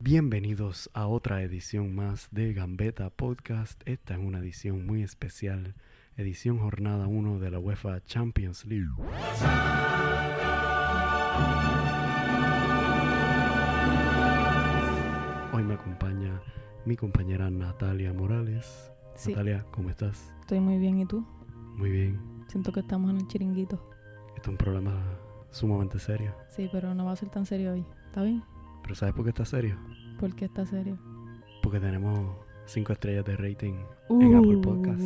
Bienvenidos a otra edición más de Gambeta Podcast. Esta es una edición muy especial, edición jornada 1 de la UEFA Champions League. Hoy me acompaña mi compañera Natalia Morales. Sí. Natalia, ¿cómo estás? Estoy muy bien, ¿y tú? Muy bien. Siento que estamos en el chiringuito. Esto es un problema sumamente serio. Sí, pero no va a ser tan serio hoy. ¿Está bien? Pero ¿sabes por qué está serio? ¿Por qué está serio? Porque tenemos 5 estrellas de rating en Uh. Apple Podcast.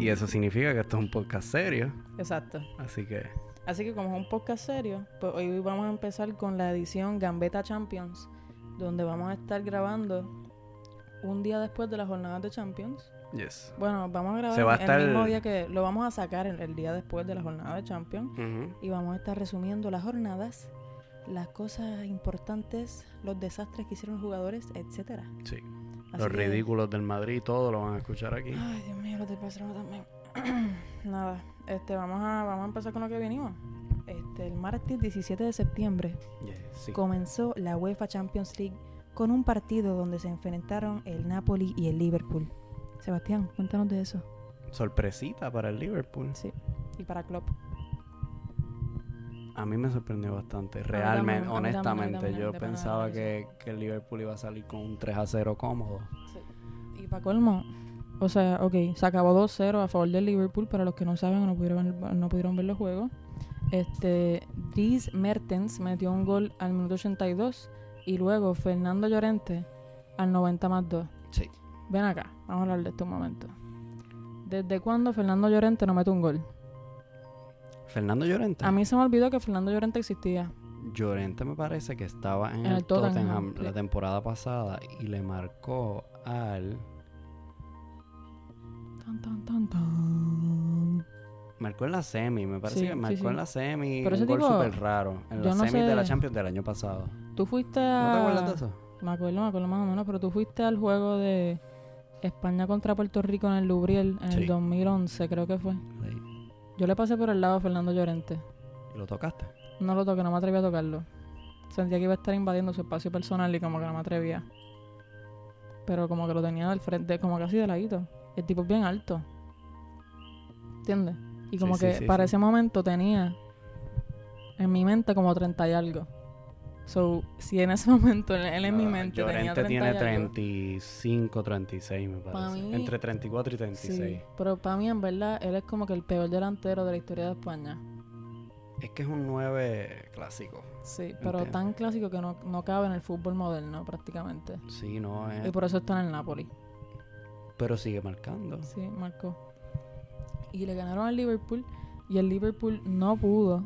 Y eso significa que esto es un podcast serio. Exacto. Así que Así que como es un podcast serio, pues hoy vamos a empezar con la edición Gambeta Champions, donde vamos a estar grabando un día después de las jornadas de Champions. Yes. Bueno, vamos a grabar Se va a estar- el mismo día que lo vamos a sacar el, el día después de la jornada de Champions. y vamos a estar resumiendo las jornadas, las cosas importantes, los desastres que hicieron los jugadores, etcétera. Sí. Así Los que- Ah. ridículos del Madrid, todo lo van a escuchar aquí. Ay, Dios mío, lo del Barcelona también. Nada, este, vamos a, vamos a empezar con lo que venimos. Este, el martes 17 de septiembre Sí. comenzó la UEFA Champions League con un partido donde se enfrentaron el Napoli y el Liverpool. Sebastián, cuéntanos de eso. Sorpresita para el Liverpool. Sí. Y para Klopp. A mí me sorprendió bastante. mí también, Realmente, a mí también, a mí honestamente, también, yo de pana, pensaba eso. que, que el Liverpool iba a salir con un 3 a 0 cómodo. Y para colmo, o sea, ok, se acabó 2-0 a favor del Liverpool, para los que no saben o no pudieron, ver- no pudieron ver los juegos. Este, Dries Mertens metió un gol al minuto 82 y luego Fernando Llorente al 90 más 2. Sí. Ven acá, vamos a hablar de esto un momento. ¿Desde cuándo Fernando Llorente no mete un gol? Fernando Llorente. A mí se me olvidó que Fernando Llorente existía. Llorente me parece que estaba en, En el, el Tottenham, Tottenham, sí. la temporada pasada y le marcó al. Tan, tan, tan, tan. Marcó en la semi, me parece Sí, que sí, marcó sí. en la semi. Pero un ese gol tipo- súper raro. En la yo no semi de la sé- Ah. Champions del año pasado. Tú fuiste ¿No a... te acuerdas de eso? Me acuerdo, me acuerdo más o menos, pero tú fuiste al juego de España contra Puerto Rico en el Lubriel en Sí. el 2011, creo que fue. Sí. Yo le pasé por el lado a Fernando Llorente. ¿Y lo tocaste? No lo toqué, no me atreví a tocarlo. Sentía que iba a estar invadiendo su espacio personal y como que no me atrevía. Pero como que lo tenía del frente, como casi de ladito. El tipo es bien alto. ¿Entiendes? Y como Sí, sí, que sí, para sí. ese momento tenía en mi mente como 30 y algo. So, si en ese momento él, él en mi No, mente tenía Llorente 30 y tiene algo, 35, 36, me Pa' parece. mí- Entre 34 y 36. Sí, pero para mí en verdad él es como que el peor delantero de la historia de España. Es que es un 9 clásico. Sí, pero Entiendo. tan clásico que no, no cabe en el fútbol moderno prácticamente. Sí, no Y es. por eso está en el Napoli. Pero sigue marcando. Sí, marcó. Y le ganaron al Liverpool y el Liverpool no pudo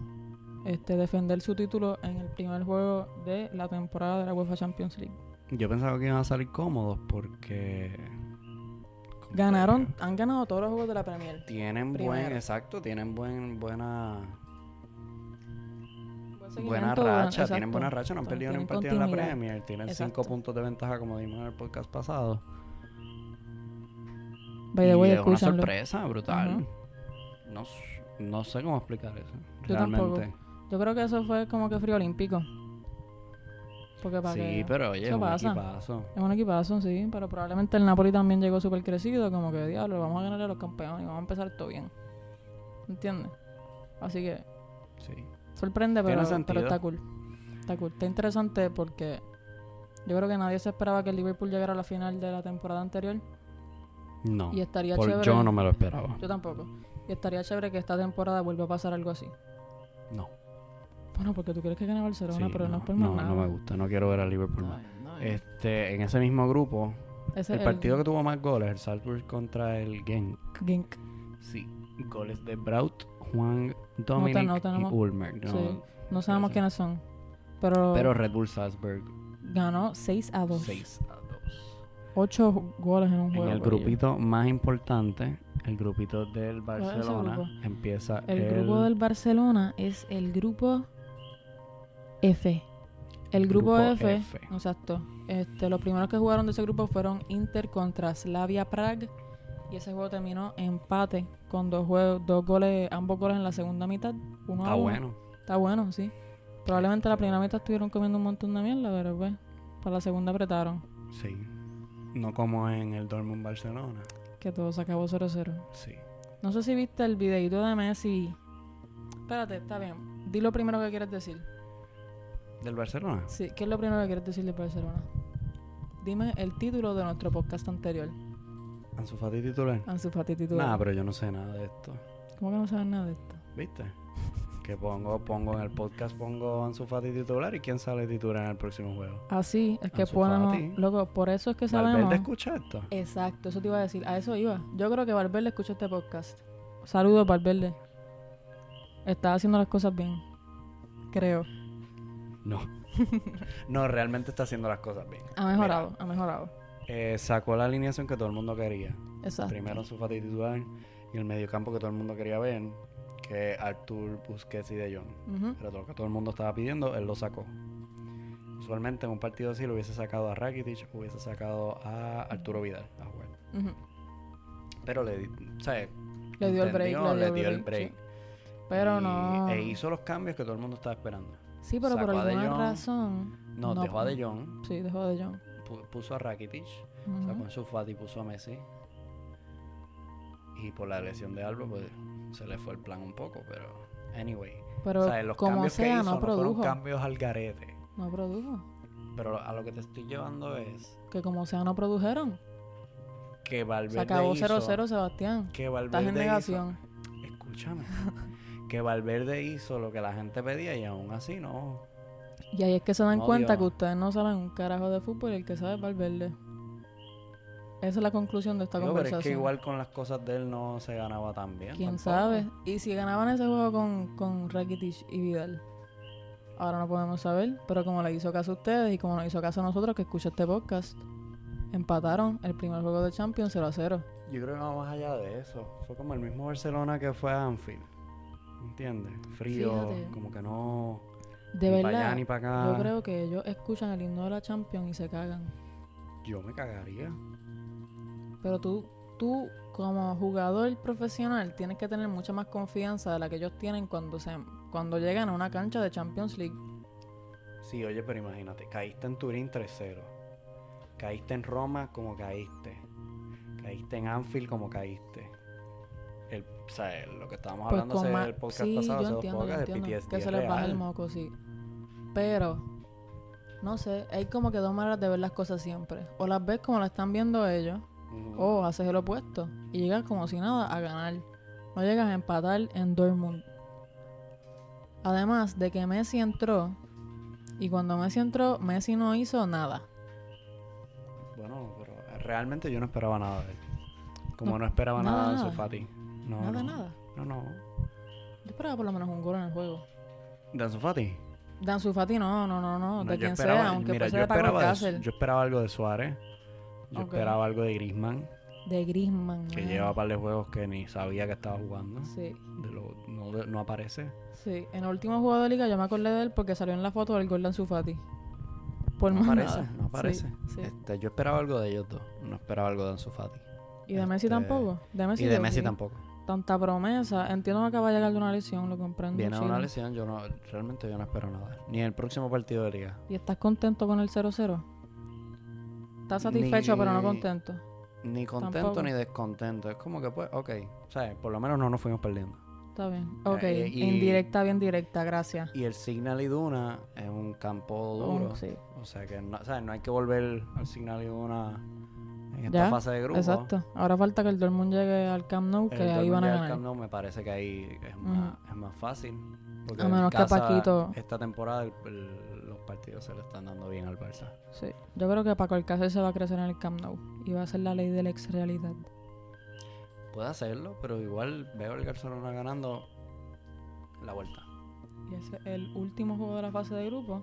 este, defender su título en el primer juego de la temporada de la UEFA Champions League. Yo pensaba que iban a salir cómodos porque. como que Ganaron, han ganado todos los juegos de la Premier. Tienen buen. primero. Exacto, tienen buen, buena. Buen Buena seguimiento, buen- racha, tienen exacto. buena racha, no han Entonces, perdido ni un tienen partido en la continuidad. Premier, tienen Exacto. 5 puntos de ventaja como dimos en el podcast pasado. By the way, y es una escúchanlo. sorpresa brutal. Ajá. no, s- no sé cómo explicar eso. Yo tampoco. realmente. Yo creo que eso fue como que frío olímpico. Porque para Sí, que... pero oye, eso es un pasa. equipazo. Es un equipazo, sí, pero probablemente el Napoli también llegó súper crecido, como que diablo, vamos a ganar a los campeones y vamos a empezar todo bien. ¿Entiendes? Así que Sí. sorprende, Tiene pero, sentido. pero está cool. Está cool. Está interesante porque yo creo que nadie se esperaba que el Liverpool llegara a la final de la temporada anterior No. y estaría Por chévere. yo no me lo esperaba. Yo tampoco. Y estaría chévere que esta temporada vuelva a pasar algo así. No. Bueno, porque tú quieres que gane Barcelona, Sí, pero no, es por más no, nada. no me gusta, no quiero ver a Liverpool más. Este, en ese mismo grupo, Ese el es partido que tuvo más goles, el Salzburg contra el Genk. Genk. Sí, goles de Braut, Juan, Dominic no tenemos- y Ulmer. ¿no? Sí. No sabemos Gracias. quiénes son, pero, Pero Red Bull Salzburg ganó 6 a 2. 6 a 2. 8 goles en un En juego. el corillo. grupito más importante, el grupito del es ese Barcelona, grupo? empieza El grupo del Barcelona es el grupo F. El grupo, Grupo F, F. exacto. Este, los primeros que jugaron de ese grupo fueron Inter contra Slavia Prague y ese juego terminó empate con dos juegos, dos goles, ambos goles en la segunda mitad. Uno Está a uno. Ah, bueno. Está bueno, sí. Probablemente la primera mitad estuvieron comiendo un montón de mierda, pero pues, Para la segunda apretaron. Sí. No como en el Dortmund Barcelona. Que todo se acabó 0-0. Sí. No sé si viste el videito de Messi. Espérate, está bien. Di lo primero que quieres decir. ¿Del Barcelona? Sí, ¿qué es lo primero que quieres decir de Barcelona? Dime el título de nuestro podcast anterior. ¿Ansu Fati titular? Ansu Fati Ah, titular. Nada, pero yo no sé nada de esto. ¿Cómo que no sabes nada de esto? ¿Viste? Que pongo, pongo en el podcast, pongo Ansu Fati titular y quién sale titular en el próximo juego. Así es que Ansu podemos... Fati. Loco, por eso es que sabemos... ¿Valverde escucha esto? Exacto, eso te iba a decir. A eso iba. Yo creo que Valverde escuchó este podcast. Saludos, Valverde. Está haciendo las cosas bien. Creo. No. no, realmente está haciendo las cosas bien. Ha mejorado, ha mejorado. Eh, sacó la alineación que todo el mundo quería. Exacto. Primero Ansu Fati titular y el mediocampo que todo el mundo quería ver, que Artur, Busquets y De Jong. Ujú. Pero lo que todo el mundo estaba pidiendo, él lo sacó. Usualmente en un partido así lo hubiese sacado a Rakitic, hubiese sacado a Arturo Vidal a jugar. Ujú. Pero le, di- o sea, Le dio el break. entendió, Le dio, el break. Pero Y- no. E hizo los cambios que todo el mundo estaba esperando. Sí, pero por sacó a De alguna Jong. razón. No, No, dejó a pues, De Jong, Sí, dejó a De Jong. pu- puso a Rakitic, Ujú. sacó a Ansu Fati, puso a Messi. Y por la lesión de Alba, pues se le fue el plan un poco, pero. Anyway. Pero o sea, los como cambios que sea, hizo no no fueron produjo. cambios al garete. No produjo. Pero a lo que te estoy llevando es Que como sea, no produjeron. que Valverde Se acabó hizo- 0-0, Sebastián. que Estás Valverde en negación. hizo- escúchame que Valverde hizo lo que la gente pedía y aún así no Y ahí es que se dan No cuenta dio. que ustedes no saben un carajo de fútbol y el que sabe es Valverde. Esa es la conclusión de esta Digo, pero conversación. es que igual con las cosas de él no se ganaba tan bien ¿Quién tampoco. sabe? Y si ganaban ese juego con, con Rakitic y Vidal. Ahora no podemos saber, pero como le hizo caso a ustedes y como nos hizo caso a nosotros que escucha este podcast, empataron el primer juego de Champions 0 a 0. yo creo que va más allá de eso fue como el mismo Barcelona que fue a Anfield ¿entiendes? frío Fíjate. como que no De ni para allá verdad, ni para acá yo creo que ellos escuchan el himno de la Champions y se cagan. Yo me cagaría Pero tú, tú como jugador profesional tienes que tener mucha más confianza de la que ellos tienen cuando se cuando llegan a una cancha de Champions League. sí oye pero imagínate caíste en Turín 3-0 caíste en Roma como caíste caíste en Anfield como caíste el, o sea, el- lo que estábamos Pues hablando con hace más el podcast sí, pasado hace yo dos entiendo, yo podcasts, el entiendo PTSD que se es les baja el real. moco, sí. Pero no sé, hay como que dos maneras de ver las cosas siempre. O las ves como las están viendo ellos, Ujú. o haces el opuesto y llegas como si nada a ganar. No llegas a empatar en Dortmund. Además de que Messi entró y cuando Messi entró, Messi no hizo nada. Bueno, pero realmente yo no esperaba nada de él. Como no, esperaba nada, nada, de nada. Ansu Fati. No, nada, no. nada. No, no. Yo esperaba por lo menos un gol en el juego. ¿De Ansu Fati? Dan Sufati, no, no, no, No, no, de yo quien esperaba- sea, aunque mira, fuese yo de Paco esperaba de- Alcácer. Yo esperaba algo de Suárez. Yo Ok. Ah. esperaba algo de Griezmann, De Griezmann. que mano. lleva un par de juegos que ni sabía que estaba jugando. Sí, De lo- no, de- no aparece. sí. En el último juego de liga yo me acordé de él porque salió en la foto del gol de Ansu Fati. Por no más aparece, nada. no aparece. Sí, sí. Este, yo esperaba algo de ellos dos. No esperaba algo de Ansu Fati. Y de Messi este, tampoco. De Messi y de yo- Messi sí. tampoco. Tanta promesa. Entiendo que va a llegar de una lesión, lo comprendo. Viene chino. una lesión, yo no, realmente yo no espero nada. Ni en el próximo partido de liga. ¿Y estás contento con el 0-0? Estás satisfecho, pero no Ni- contento. ni contento Tampoco. ni descontento. Es como que, pues, ok. O sea, por lo menos no nos fuimos perdiendo. Está bien. Ok, Eh, y- indirecta, bien directa, gracias. Y el Signal Iduna es un campo duro. Un- Oh, sí. O sea, que no, o sea, no hay que volver al Signal Iduna en esta Ya, fase de grupo. Exacto. Ahora falta que el Dortmund llegue al Camp El Nou, que ahí Dortmund van a llega al ganar. Camp Nou, me parece que ahí es más, es más fácil. porque A en menos que casa, Paquito- Esta temporada el- el- los partidos se le están dando bien al Barça. Sí. Yo creo que Paco Alcácer se va a crecer en el Camp Nou y va a ser la ley de la ex realidad. Puede hacerlo, pero igual veo al Barcelona ganando la vuelta. Y ese es el último juego de la fase de grupo.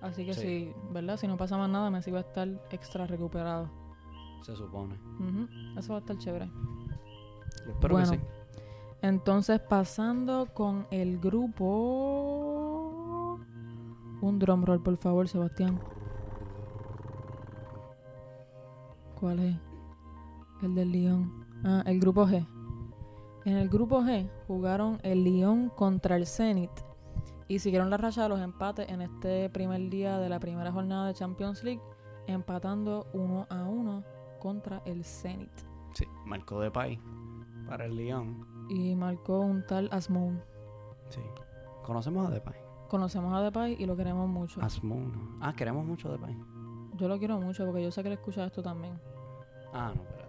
Así que Sí. si, ¿verdad? Si no pasa más nada, Messi va a estar extra recuperado. Se supone. Ujú. Eso va a estar chévere. Yo espero Bueno. que sí. Entonces, pasando con el grupo. Un drum roll, por favor, Sebastián. ¿Cuál es? El del Lyon. Ah, el grupo G. En el grupo G jugaron el Lyon contra el Zenit. Y siguieron la racha de los empates en este primer día de la primera jornada de Champions League, empatando 1 a 1 contra el Zenit. Sí, marcó de pay para el Lyon. Y marcó un tal Asmoun. Sí. Conocemos a Depay. Conocemos a Depay y lo queremos mucho. Asmoon. Ah, queremos mucho a Depay. Yo lo quiero mucho porque yo sé que él escucha esto también. Ah, no, espérate.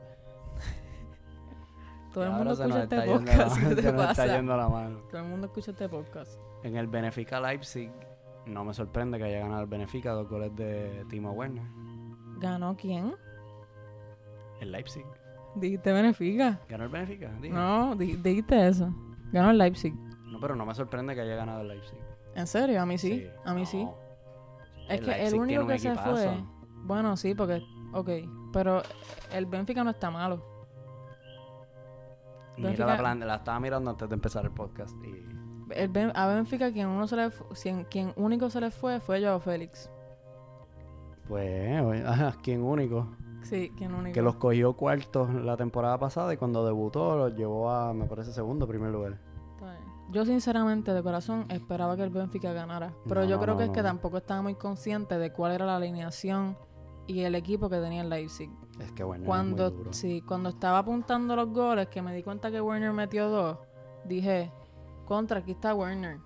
Todo el Ahora mundo se nos escucha está este yendo podcast. la- se ¿Qué te nos está pasa? yendo la mano. Todo el mundo escucha este podcast. En el Benefica Leipzig, no me sorprende que haya ganado el Benefica dos goles de Timo Werner. ¿Ganó quién? El Leipzig. Dijiste Benefica. ¿Ganó el Benefica? Dije. No, di- dijiste eso. Ganó el Leipzig. No, pero no me sorprende que haya ganado el Leipzig. ¿En serio? A mí sí. A mí no. sí. Es El que el Leipzig tiene único un que se equipazo. fue. Bueno, sí, porque. Ok. Pero el Benfica no está malo. Mira Benfica- la plan, la estaba mirando antes de empezar el podcast y El Ben- a Benfica, quien, uno se le fu- quien, quien único se le fue fue Joao Félix. pues oye, ajá, quien único Sí, quien único. que los cogió cuartos la temporada pasada y cuando debutó los llevó a me parece segundo primer lugar. Está bien. Yo, sinceramente, de corazón, esperaba que el Benfica ganara. Pero No, yo no, creo no, que es no, que no. tampoco estaba muy consciente de cuál era la alineación y el equipo que tenía el Leipzig. Es que bueno, cuando, es muy duro. sí, cuando estaba apuntando los goles, que me di cuenta que Werner metió dos, dije, contra, aquí está Werner.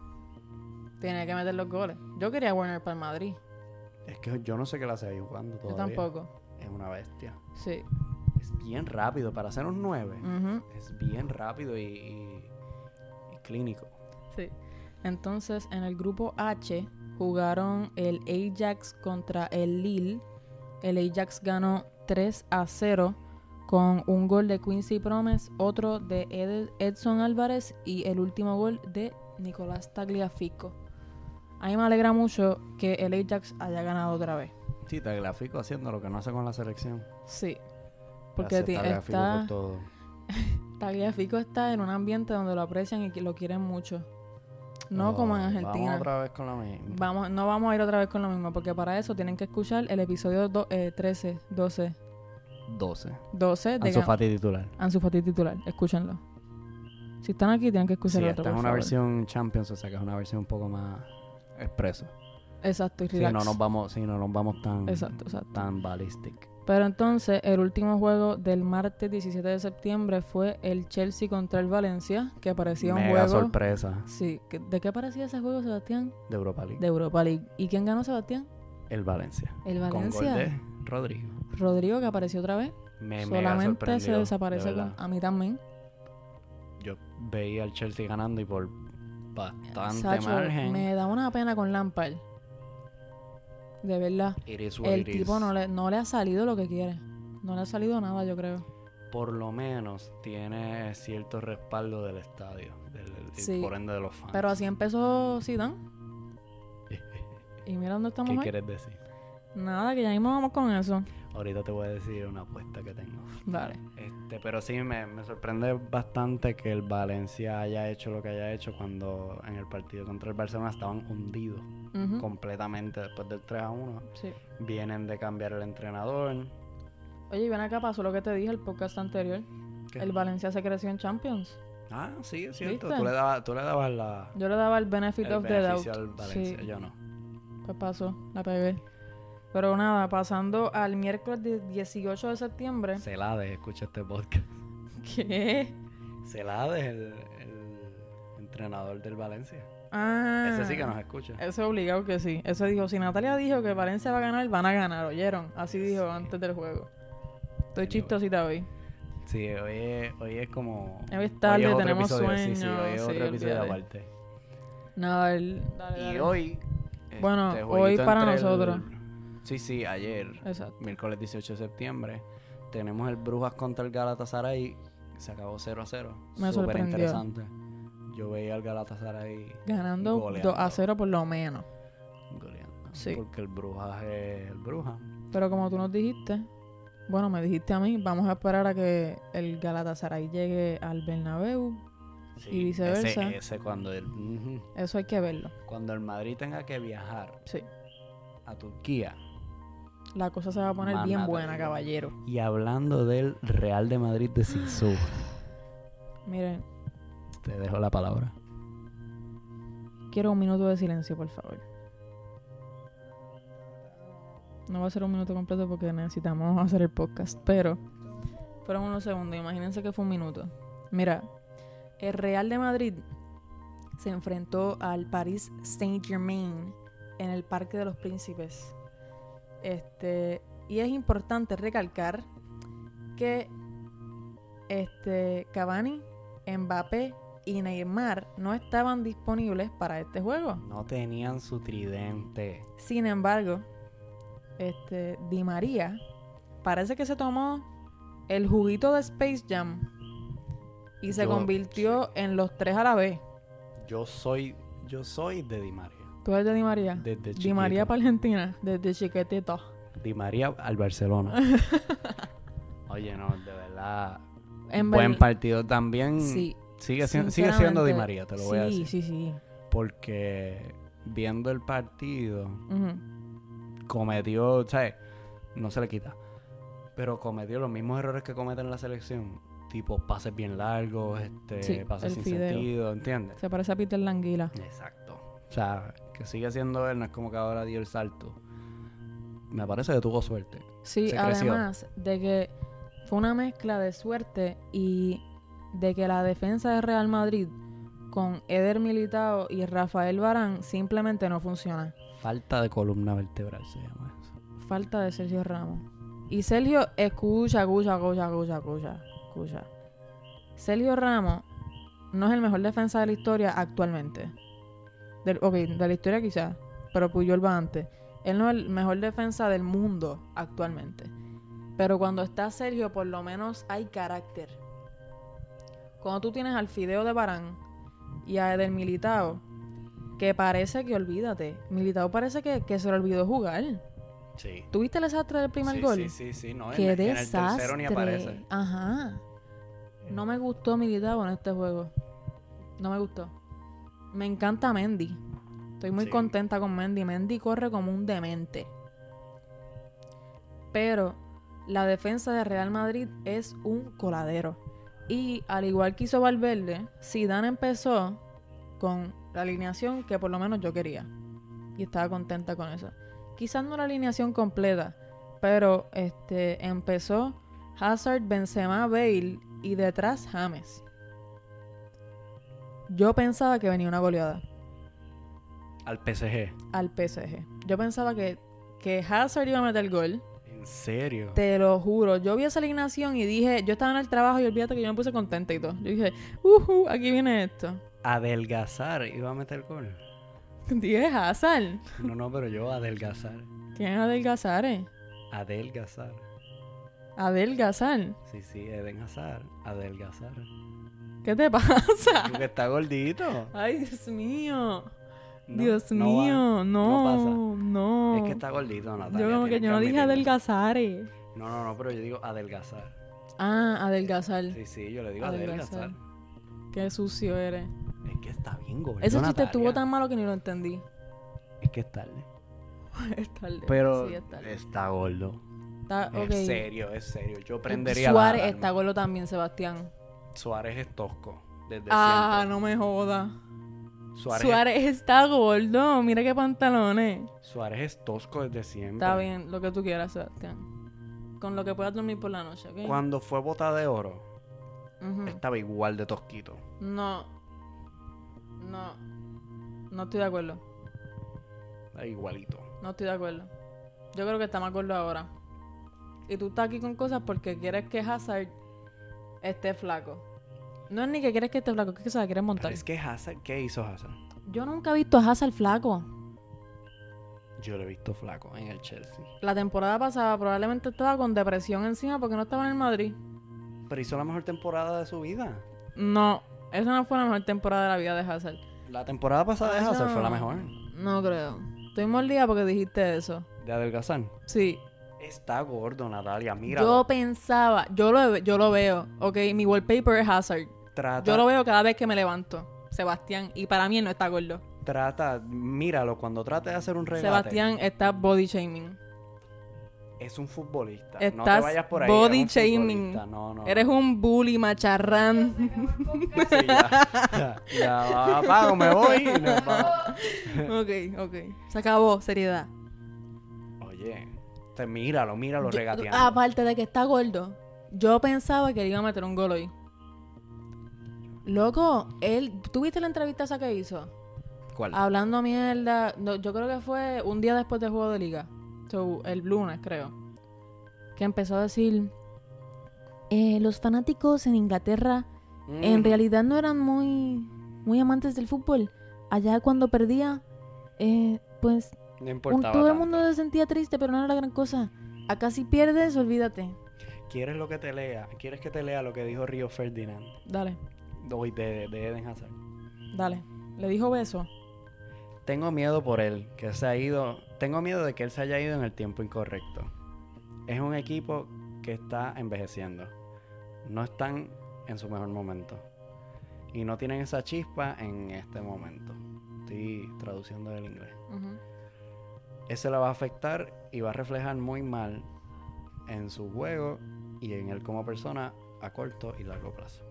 Tiene que meter los goles. Yo quería a Werner para el Madrid. Es que yo no sé qué la hace ahí jugando Yo todavía. tampoco. Es una bestia. Sí. Es bien rápido para hacer un 9. Ujú. Es bien rápido y, y- y clínico. Sí. Entonces, en el grupo H jugaron el Ajax contra el Lille. El Ajax ganó 3 a 0 con un gol de Quincy Promes, otro de Ed- Edson Álvarez y el último gol de Nicolás Tagliafico. A mí me alegra mucho que el Ajax haya ganado otra vez. Sí, Tagliafico haciendo lo que no hace con la selección. Sí. Porque Hace ti- Tagliafico está, por todo. Tagliafico está en un ambiente donde lo aprecian y que lo quieren mucho. No Oh, como en Argentina. Vamos otra vez con la misma. Vamos, no vamos a ir otra vez con lo mismo, porque para eso tienen que escuchar el episodio do- eh, 13, 12, 12. 12 de Ansu Ga- Fati titular. Ansu Fati titular. Escúchenlo. Si están aquí, tienen que Sí, escuchar el esta es otro, una por favor. versión Champions, o sea que es una versión un poco más expreso. Exacto, y Si relax. no nos vamos, sí, no nos vamos tan, Exacto, exacto. tan ballistic. Pero entonces, el último juego del martes 17 de septiembre fue el Chelsea contra el Valencia, que parecía un Mega juego... sorpresa Sí, que- ¿de qué parecía ese juego, Sebastián? de Europa League. De Europa League. ¿Y quién ganó, Sebastián? El Valencia. El Con gol Valencia. de Rodrigo. Rodrigo, que apareció otra vez. Me mega Solamente se sorprendió, desaparece de con- verdad. a mí también. Yo veía al Chelsea ganando y por bastante Sacho, margen. me da una pena con Lampard. De verdad. It is what El it is. tipo no le, no le ha salido lo que quiere. No le ha salido nada, yo creo. Por lo menos tiene cierto respaldo del estadio. del- del- y Sí. por ende de los fans. Pero así empezó Zidane. Y mira dónde ¿Qué estamos hoy. quieres decir? Nada, que ya mismo vamos con eso. Ahorita te voy a decir una apuesta que tengo. Dale. Este, pero sí, me, me sorprende bastante que el Valencia haya hecho lo que haya hecho cuando en el partido contra el Barcelona estaban hundidos Ujú. completamente después del 3 a 1. Sí. Vienen de cambiar el entrenador. Oye, y ven acá, pasó lo que te dije el podcast anterior. ¿Qué? El Valencia se creció en Champions. Ah, sí, es cierto. ¿Viste? Tú le, dabas, tú le dabas la, Yo le daba el benefit el of the doubt. beneficio al Sí. Valencia. Yo no. Pues pasó, la pegué. Pero nada, pasando al miércoles de- 18 de septiembre. Se la de, escucha este podcast. ¿Qué? Se la de el, el entrenador del Valencia. Ah. Ese sí que nos escucha. Eso obligado que sí. Eso dijo, si Natalia dijo que Valencia va a ganar, van a ganar, ¿oyeron? Así dijo Sí. antes del juego. Estoy Anyway. chistosita hoy. Sí, hoy es, hoy es como. Hoy es tarde, otro tenemos episodio, sueño. Sí, sí, hoy es sí, otro episodio olvídate. aparte. Nada, el- dale, Y dale. hoy. Bueno, este, hoy jueguito para entre el- nosotros. Sí, sí, ayer, Exacto. miércoles 18 de septiembre, tenemos el Brujas contra el Galatasaray. Se acabó 0 a 0. Me Súper sorprendió. interesante. Yo veía al Galatasaray Ganando goleando. 2 a 0 por lo menos. goleando. Sí. Porque el Brujas es el Brujas. Pero como tú nos dijiste, bueno, me dijiste a mí, vamos a esperar a que el Galatasaray llegue al Bernabéu. Sí, Y viceversa. Ese, ese cuando, el, ujú. Eso hay que verlo. cuando el Madrid tenga que viajar Sí. a Turquía. La cosa se va a poner Más bien nada, buena, digo. caballero. Y hablando del Real de Madrid de Sisu, Miren, te dejo la palabra. quiero un minuto de silencio, por favor. No va a ser un minuto completo porque necesitamos hacer el podcast, pero fueron unos segundos, imagínense que fue un minuto. Mira, el Real de Madrid se enfrentó al Paris Saint-Germain en el Parque de los Príncipes. Este, y es importante recalcar que este Cavani, Mbappé y Neymar no estaban disponibles para este juego. No tenían su tridente. Sin embargo, este Di María parece que se tomó el juguito de Space Jam y se Yo- convirtió en los tres a la vez. Yo soy, yo soy de Di María. ¿Tú eres de Di María? Desde Di María chiquito. para Argentina, desde chiquitito. Di María al Barcelona. Oye, no, de verdad. En Buen verdad- partido también. Sí. Sigue, siendo, sigue siendo Di sinceramente, María, te lo voy a sí, decir. Sí, sí, Porque viendo el partido, Ujú. cometió, ¿sabes? No se le quita. Pero cometió los mismos errores que cometen la selección. Tipo pases bien largos, este, Sí, pases sin el fideo. sentido, ¿entiendes? Se parece a Peter Languila. Exacto. O sea, que sigue siendo él, no es como que ahora dio el salto. Me parece que tuvo suerte. Sí, Se creció. además de que fue una mezcla de suerte y de que la defensa de Real Madrid con Eder Militao y Rafael Barán simplemente no funciona. Falta de columna vertebral se llama eso. Falta de Sergio Ramos. Y Sergio, escucha, escucha, escucha, escucha, escucha, escucha. Sergio Ramos no es el mejor defensa de la historia actualmente. Del, ok, de la historia quizás, pero Puyol va antes. Él no es el mejor defensa del mundo actualmente. Pero cuando está Sergio, por lo menos hay carácter. Cuando tú tienes al Fideo de Barán y a Eder Militao, que parece que olvídate. Militao parece que, que se le olvidó jugar. Sí. ¿Tuviste el desastre del primer sí, gol? Sí, sí, sí, no, en- ¡Qué en, el desastre! tercero ni aparece. Ajá. No me gustó Militao en este juego. No me gustó. Me encanta Mendy. Estoy muy Sí. contenta con Mendy. Mendy corre como un demente. Pero la defensa de Real Madrid es un coladero. Y al igual que hizo Valverde, Zidane empezó con la alineación que por lo menos yo quería. Y estaba contenta con eso. Quizás no la alineación completa, pero este empezó Hazard, Benzema, Bale y detrás James. Yo pensaba que venía una goleada Al PSG. al PSG. Yo pensaba que, que Hazard iba a meter el gol. ¿En serio? Te lo juro. Yo vi esa alineación y dije, yo estaba en el trabajo y olvídate que yo me puse contenta y todo. Yo dije, uhu, aquí viene esto. Adelgazar iba a meter gol. Dije, Hazard, No, no, pero yo adelgazar. ¿quién es adelgazar, eh? Adelgazar. Adelgazar. Sí, sí, Eden Hazard. Adelgazar. ¿Qué te pasa? Porque está gordito. Ay, Dios mío. No, Dios no va. mío. No, no. No Es que está gordito, Natalia. yo como que tienes yo no dije admitirlo. adelgazar. eh. No, no, no, pero yo digo adelgazar. Ah, adelgazar. Sí, sí, yo le digo Adelgazar. adelgazar. Qué sucio eres. Es que está bien gordo. Ese chiste Natalia. estuvo tan malo que ni lo entendí. Es que es tarde. es tarde. Pero Sí, es tarde. está gordo. Está, ok. Eh, Es serio, es serio. Yo prendería la Suárez alarma. está golo también, Sebastián. Suárez es tosco. Desde Ah, siempre. no me joda. Suárez, Suárez, está gordo. Mira qué pantalones. Suárez es tosco desde siempre. Está bien, lo que tú quieras, Sebastián. Con lo que puedas dormir por la noche, ¿ok? Cuando fue bota de oro, Ujú. estaba igual de tosquito. No. No. No estoy de acuerdo. Estaba igualito. No estoy de acuerdo. Yo creo que está más gordo ahora. Y tú estás aquí con cosas porque quieres que Hazard esté flaco. No es ni que quieres que esté flaco, es que se la quieres Pero montar. es que Hazard, ¿qué hizo Hazard? Yo nunca he visto a Hazard flaco. Yo lo he visto flaco en el Chelsea. La temporada pasada probablemente estaba con depresión encima porque no estaba en el Madrid. Pero hizo la mejor temporada de su vida. No, esa no fue la mejor temporada de la vida de Hazard. La temporada pasada de Ah, Hazard fue la no. mejor. No creo. Estoy mordida porque dijiste eso. De adelgazar. Sí, Está gordo, Natalia. Mira. Yo pensaba, yo lo, yo lo veo, ok, mi wallpaper es Hazard. Trata, Yo lo veo cada vez que me levanto, Sebastián, y para mí él no está gordo. trata, míralo cuando trate de hacer un regate. Sebastián está body shaming. es un futbolista. no te Estás vayas por ahí. body es un shaming. futbolista. No, no. Eres no. un bully macharrán. Sí, ya, ya, ya, apago, me voy. y nos vamos. ok, ok. Se acabó, seriedad. Oye, te míralo, míralo Yo- regateando. aparte de que está gordo, yo pensaba que él iba a meter un gol hoy. Loco, él, ¿tú viste la entrevista esa que hizo? ah, ¿Cuál? Hablando mierda, no, yo creo que fue un día después del juego de liga, So, el lunes creo, que empezó a decir, "Eh, los fanáticos en Inglaterra en Mm. realidad no eran muy, muy amantes del fútbol. Allá cuando perdía, eh, pues No un- importaba. todo el tanto. mundo se sentía triste, pero no era la gran cosa. Acá si pierdes, olvídate. ¿Quieres lo que te lea? ¿Quieres que te lea lo que dijo Río Ferdinand? Dale, Hoy de, de Eden Hazard. dale. Le dijo beso. Tengo miedo por él, que se ha ido. Tengo miedo de que él se haya ido en el tiempo incorrecto. Es un equipo que está envejeciendo. No están en su mejor momento. Y no tienen esa chispa en este momento. Estoy traduciendo del inglés. Ese la va a afectar y va a reflejar muy mal en su juego y en él como persona a corto y largo plazo.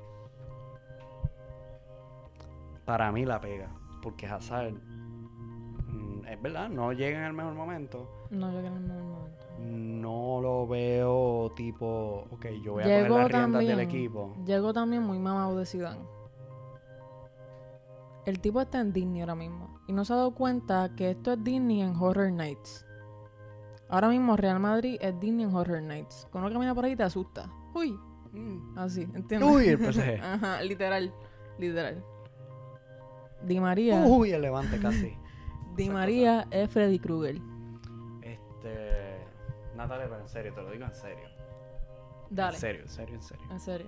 Para mí la pega, porque Hazard, mm, es verdad, no llega en el mejor momento. No, yo creo que no, no. No lo veo tipo, ok, yo voy a Llegó coger las riendas también. del equipo. Llegó también muy mamado de Zidane. El tipo está en Disney ahora mismo. Y no se ha dado cuenta que esto es Disney en Horror Nights. Ahora mismo Real Madrid es Disney en Horror Nights. Cuando uno camina por ahí te asusta. Uy, Mm. así, ¿entiendes? Uy, el PSG. Ajá, literal, literal. Di María. Uy, el levante casi. Di esa María es Freddy Krueger. Este, Natalia, pero en serio, te lo digo en serio. Dale. En serio, en serio, en serio. En serio.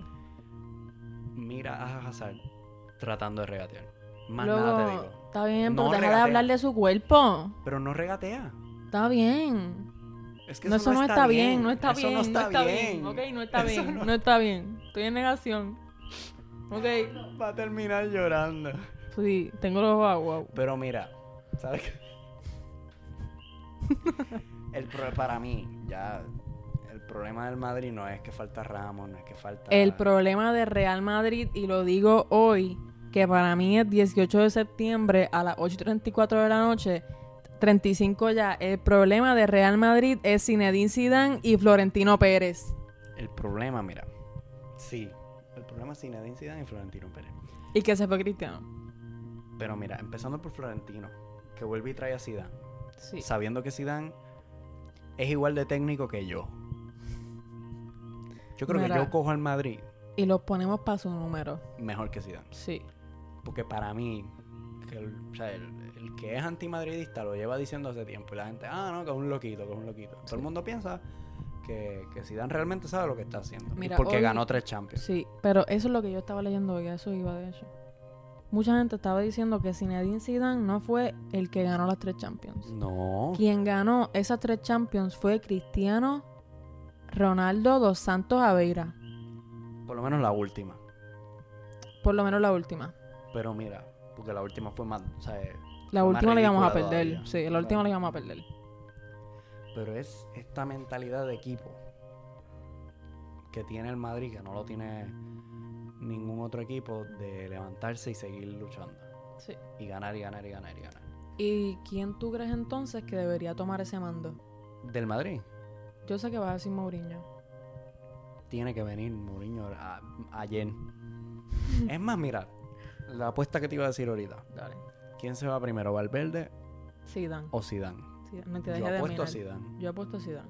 mira a Hazard tratando de regatear. Más Luego, nada te digo. Está bien, No pero deja de regatea. hablar de su cuerpo. Pero no regatea. Está bien. Es que No, eso no está bien, no está Eso bien. no está, bien. Ok, no está Eso bien. no- No... está bien. Estoy en negación. Ok. Va a terminar llorando. Sí, tengo los ojos agua. Pero mira, ¿sabes qué? el pro- para mí, ya el problema del Madrid no es que falta Ramos, no es que falta El problema de Real Madrid, y lo digo hoy, que para mí es 18 de septiembre a las 8.34 de la noche, 35 ya, el problema de Real Madrid es Zinedine Zidane y Florentino Pérez. el problema, mira. Sí, el problema es Zinedine Zidane y Florentino Pérez. Y que se fue Cristiano. Pero mira, empezando por Florentino, que vuelve y trae a Zidane. Sí. sabiendo que Zidane es igual de técnico que yo. Yo creo Mira. que yo cojo al Madrid Y los ponemos para su número. mejor que Zidane, Sí. Eh. porque porque para mí que el, o sea, el- el que es antimadridista lo lleva diciendo hace tiempo y la gente, ah, no, que es un loquito, que es un loquito. Todo el mundo piensa que, que Zidane realmente sabe lo que está haciendo, y Mira, porque hoy- ganó tres Champions. Sí, pero eso es lo que yo estaba leyendo hoy, a eso iba de hecho. Mucha gente estaba diciendo que Zinedine Zidane no fue el que ganó las tres Champions. No, Quien ganó esas tres Champions fue Cristiano Ronaldo dos Santos Aveira, por lo menos la última. por lo menos la última. Pero mira, porque la última fue más, o sea, La Más última la íbamos a ridícula perder, todavía. sí, la última la íbamos a perder. Pero es esta mentalidad de equipo que tiene el Madrid, que no lo tiene ningún otro equipo, de levantarse y seguir luchando. Sí. Y ganar y ganar y ganar y ganar. ¿Y quién tú crees entonces que debería tomar ese mando? Del Madrid Yo sé que vas a decir Mourinho. tiene que venir Mourinho a- ayer. es más, mira, la apuesta que te iba a decir ahorita. Dale. ¿Quién se va primero, Valverde Zidane. o Zidane? Zidane. No te Yo dejes de apuesto a mirar. Zidane. Yo apuesto a Zidane.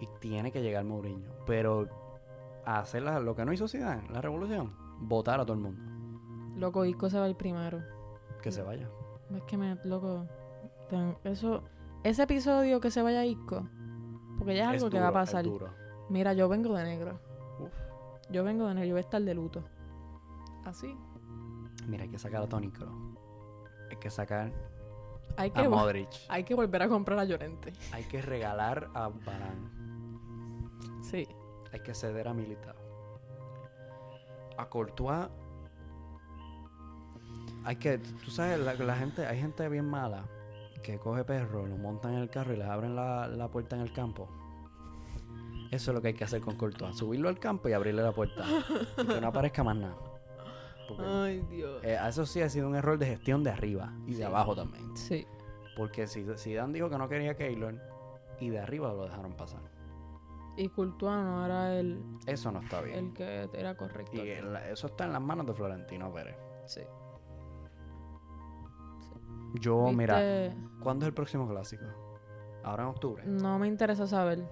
Y tiene que llegar Mourinho. Pero a hacer la- lo que no hizo Zidane, la revolución, votar a todo el mundo. Loco, Isco se va el primero. Que se vaya. Es que me, loco, tan- eso, ese episodio que se vaya a Isco, porque ya es algo Es que va a duro, es pasar. duro. Mira, yo vengo de negro, Uf. yo vengo de negro, yo voy a estar de luto. Así. Mira, hay que sacar a Tony Kroos. Hay que sacar Hay que, a vol- Modric. hay que volver a comprar a Llorente. Hay que regalar a Barán. Sí. Hay que ceder a Militao. A Courtois. Hay que. Tú sabes, la, la gente, hay gente bien mala que coge perro, lo montan en el carro y les abren la, la puerta en el campo. Eso es lo que hay que hacer con Courtois. Subirlo al campo y abrirle la puerta. Y que no aparezca más nada. Porque, Ay, Dios. eh, eso sí ha sido un error de gestión de arriba y Sí. de abajo también. Sí. Porque si Zidane dijo que no quería a Keylor y de arriba lo dejaron pasar. Y Courtois no era el, Eso no está bien. el que era correcto. Y el- eso está en las manos de Florentino Pérez. Sí. Yo, mira, Viste, ¿cuándo es el próximo clásico? Ahora en octubre. No me interesa saber.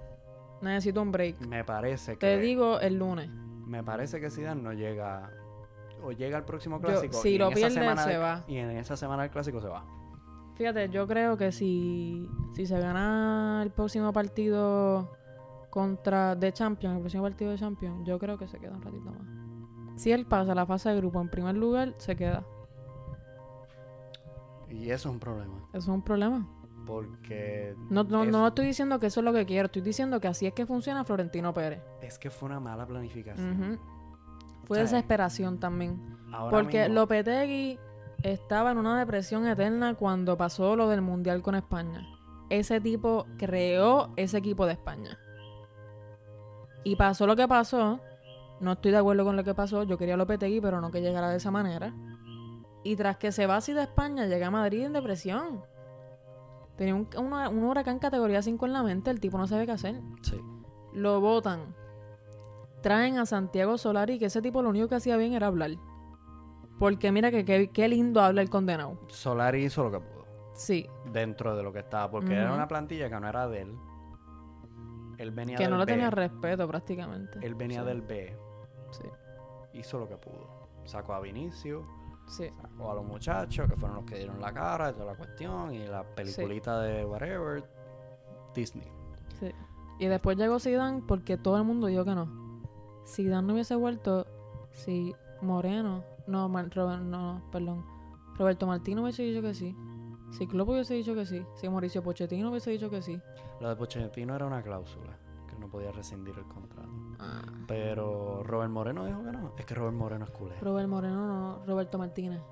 Necesito un break. Me parece que Te digo el lunes. me parece que Zidane no llega o llega al próximo Yo- clásico si y lo en esa pierde, semana se del- va. y en esa semana del clásico se va. Fíjate, yo creo que si, si se gana el próximo partido contra de Champions, el próximo partido de Champions, yo creo que se queda un ratito más. Si él pasa la fase de grupo en primer lugar, se queda. Y eso es un problema, Eso es un problema. porque No, no, Es- no estoy diciendo que eso es lo que quiero, estoy diciendo que así es que funciona Florentino Pérez. es que fue una mala planificación. Ujú. Fue Sí. desesperación también. Ahora porque mismo- Lopetegui estaba en una depresión eterna cuando pasó lo del Mundial con España. Ese tipo creó ese equipo de España. Y pasó lo que pasó. No estoy de acuerdo con lo que pasó. Yo quería a Lopetegui, pero no que llegara de esa manera. Y tras que se va así de España, llega a Madrid en depresión. Tenía un, una- un huracán categoría 5 en la mente. El tipo no sabe qué hacer Sí. lo votan. Traen a Santiago Solari, que ese tipo lo único que hacía bien era hablar. Porque mira que qué qué lindo habla el condenado. Solari hizo lo que pudo Sí, dentro de lo que estaba, porque era Ujú. una plantilla que no era de él. Él venía que del no le B, tenía respeto prácticamente. él venía Sí, del B, Sí, hizo lo que pudo. Sacó a Vinicio, sí. o a los muchachos que fueron los que dieron la cara y toda la cuestión y la peliculita de whatever Disney Y después llegó Zidane porque todo el mundo dijo que no. Zidane no hubiese vuelto si Moreno, no, Mar- Robert- no, perdón, Roberto Martino hubiese dicho que sí. Si Klopp hubiese dicho que sí. Si Mauricio Pochettino hubiese dicho que sí. lo de Pochettino era una cláusula que no podía rescindir el contrato Ah, pero Robert Moreno dijo que no es que Robert Moreno es culé Robert Moreno no, Roberto Martínez.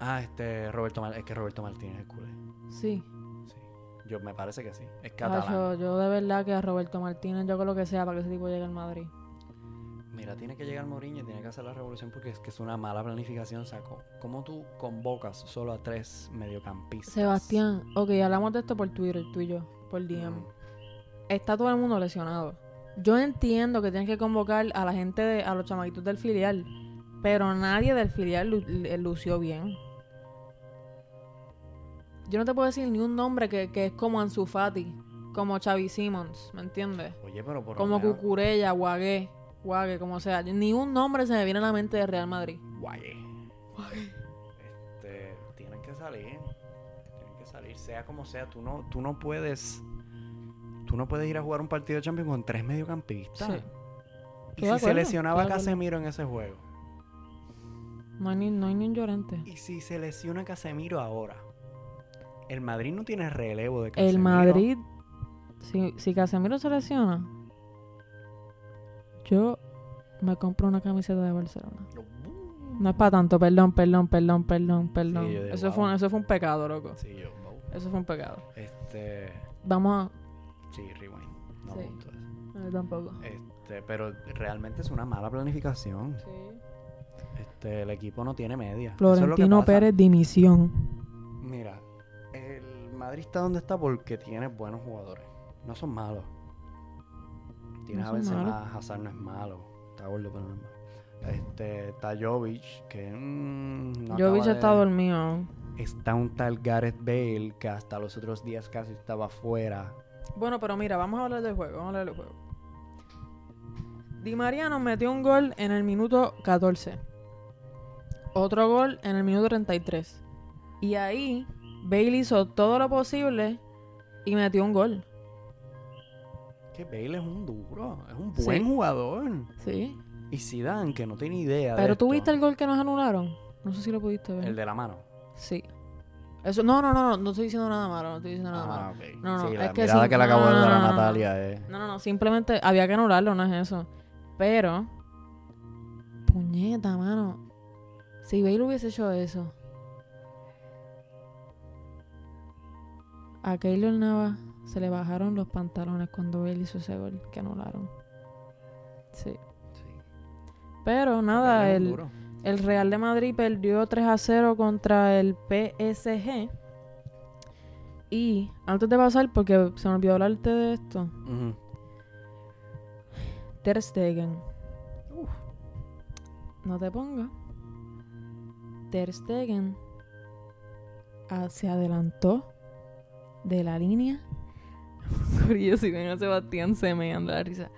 ah este Roberto Mar- es que Roberto Martínez es culé Sí. sí yo me parece que sí es Ah, catalán yo, yo de verdad que a Roberto Martínez, yo con lo que sea para que ese tipo llegue al Madrid. mira tiene que llegar Mourinho y tiene que hacer la revolución porque es que es una mala planificación saco cómo tú convocas solo a tres mediocampistas Sebastián, ok, hablamos de esto por Twitter, tú y yo, por DM. Mm. Está todo el mundo lesionado. Yo entiendo que tienes que convocar a la gente, de- a los chamaquitos del filial, pero nadie del filial lu- le- lució bien. Yo no te puedo decir ni un nombre que, que es como Ansu Fati, como Xavi Simmons, ¿me entiendes? oye pero por lo Como menos- Cucurella, Guagué, Guague, como sea. Ni un nombre se me viene a la mente de Real Madrid. Guay. Este, tienen que salir. Tienen que salir, sea como sea. Tú no, tú no puedes. Tú no puedes ir a jugar un partido de Champions con tres mediocampistas. Sí. Y si Estoy de se acuerdo, lesionaba estoy de Casemiro en ese juego. No hay ni, no hay ni un llorente. Y si se lesiona Casemiro ahora. El Madrid no tiene relevo de Casemiro. El Madrid, si, si Casemiro se lesiona, yo me compro una camiseta de Barcelona. No es para tanto, perdón, perdón, perdón, perdón, perdón. yo digo, eso, fue, un- wow. eso fue un pecado, loco. Sí, yo. wow. Eso fue un pecado. Este. Vamos Sí, rewind. No Sí. me gustó eso. a... No, tampoco. Este, pero realmente es una mala planificación. Este, el equipo no tiene media. Eso es lo que Florentino pasa. Pérez, dimisión. Mira, el Madrid está donde está porque tiene buenos jugadores. No son malos. Tienes No a son Benzema, malos. Hazard no es malo. Está gordo, pero no es malo. Este, está Jovic, que mm, no Yo acaba vi ya de- está dormido. Está un tal Gareth Bale que hasta los otros días casi estaba fuera. Bueno, pero mira, vamos a hablar del juego, vamos a hablar del juego. Di María nos metió un gol en el minuto 14. Otro gol en el minuto 33. Y ahí Bale hizo todo lo posible y metió un gol. Que Bale es un duro, es un Sí. buen jugador. Sí. Y Zidane, que no tiene idea de Pero tú esto, viste el gol que nos anularon. No sé si lo pudiste ver. El de la mano. Sí. Eso, no, no, no, no, no estoy diciendo nada malo, no estoy diciendo nada malo. Ah, ok. No, no, sí, la es que mirada sí. que le acabo de No, dar a no, no, no, no. Natalia es... No, no, no, simplemente había que anularlo, no es eso. Pero, puñeta, mano. Si Bale hubiese hecho eso, a Keylor Nava se le bajaron los pantalones cuando él hizo ese gol que anularon. Sí. Pero nada, Dale, el, duro. el Real de Madrid perdió 3 a 0 contra el PSG. Y antes de pasar, porque se me olvidó hablarte de esto, Ujú. Ter Stegen. No te ponga. Ter Stegen ah, se adelantó de la línea. Corillo, si ven a Sebastián se me anda la risa.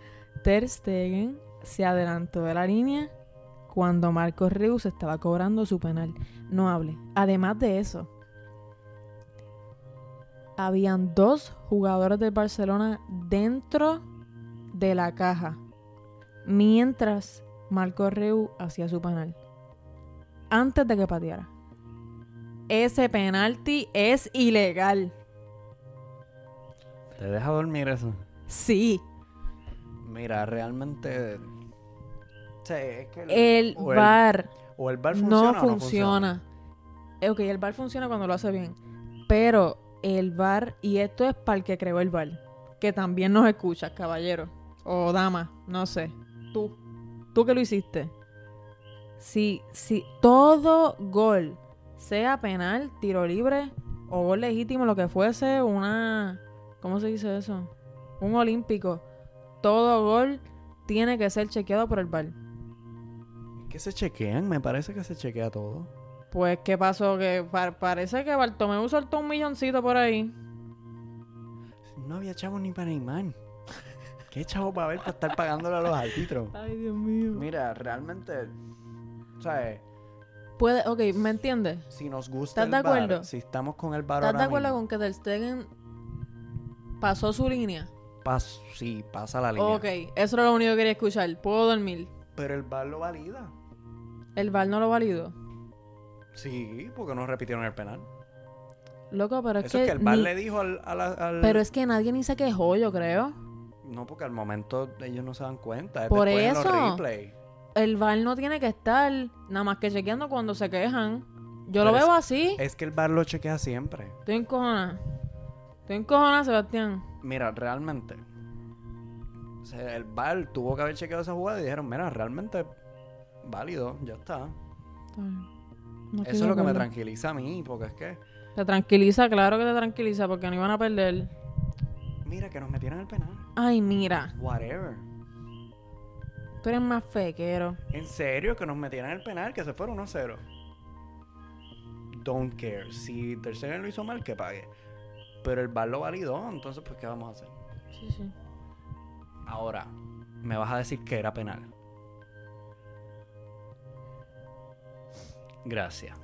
Ter Stegen se adelantó de la línea cuando Marcos Reus estaba cobrando su penal. No hable. Además de eso, habían dos jugadores del Barcelona dentro de la caja mientras Marco Reu hacía su penal. Antes de que pateara. Ese penalti es ilegal. Te deja dormir eso. Sí. Mira, realmente. Sí, es que El o el- VAR o el bar funciona. no, o no funciona. funciona. Eh, Ok, el VAR funciona cuando lo hace bien. Pero el VAR, y esto es para el que creó el VAR, que también nos escuchas, caballero. O dama, no sé. Tú. Tú que lo hiciste. Si, si todo gol, sea penal, tiro libre o gol legítimo, lo que fuese, una... ¿Cómo se dice eso? Un olímpico. Todo gol tiene que ser chequeado por el VAR. Que se chequean, me parece que se chequea todo. Pues, ¿qué pasó? Que par- parece que Bartomeu soltó un milloncito por ahí. No había chavo ni para Neymar. ¿Qué chavo para ver para estar pagándole a los árbitros? Ay, Dios mío. Mira, realmente. ¿Sabes? Puede, ok, ¿me entiendes? Si nos gusta ¿Estás el de bar, acuerdo? si estamos con el bar ¿Estás ahora de acuerdo mismo, con que Ter Stegen pasó su línea? pas- sí, pasa la línea. Ok, eso era lo único que quería escuchar. Puedo dormir. Pero el bar lo valida. El VAR no lo validó. Sí, porque no repitieron el penal. Loco, pero es Eso que... es que el bar ni- le dijo al, a la- al- Pero es que nadie ni se quejó, yo creo. No, porque al momento ellos no se dan cuenta. es Por después en los eso. replays. El VAR no tiene que estar nada más que chequeando cuando se quejan. Yo Pero lo es- veo así. Es que el bar lo chequea siempre. Estoy encojonada. Estoy encojonada, Sebastián. Mira, realmente. o sea, el bar tuvo que haber chequeado esa jugada y dijeron, mira, realmente válido, ya está. Está bien. No estoy Eso es de lo que me acuerdo. tranquiliza a mí, porque es que, Te tranquiliza, claro que te tranquiliza, porque no iban a perder. mira, que nos metieron el penal. Ay, mira, Whatever. tú eres más fequero. En serio, que nos metieran el penal, que se fuera 1-0. Don't care. Si Tercer lo hizo mal, que pague. Pero el bar lo validó, entonces, pues, ¿qué vamos a hacer? Sí, sí. Ahora, me vas a decir que era penal. Gracias.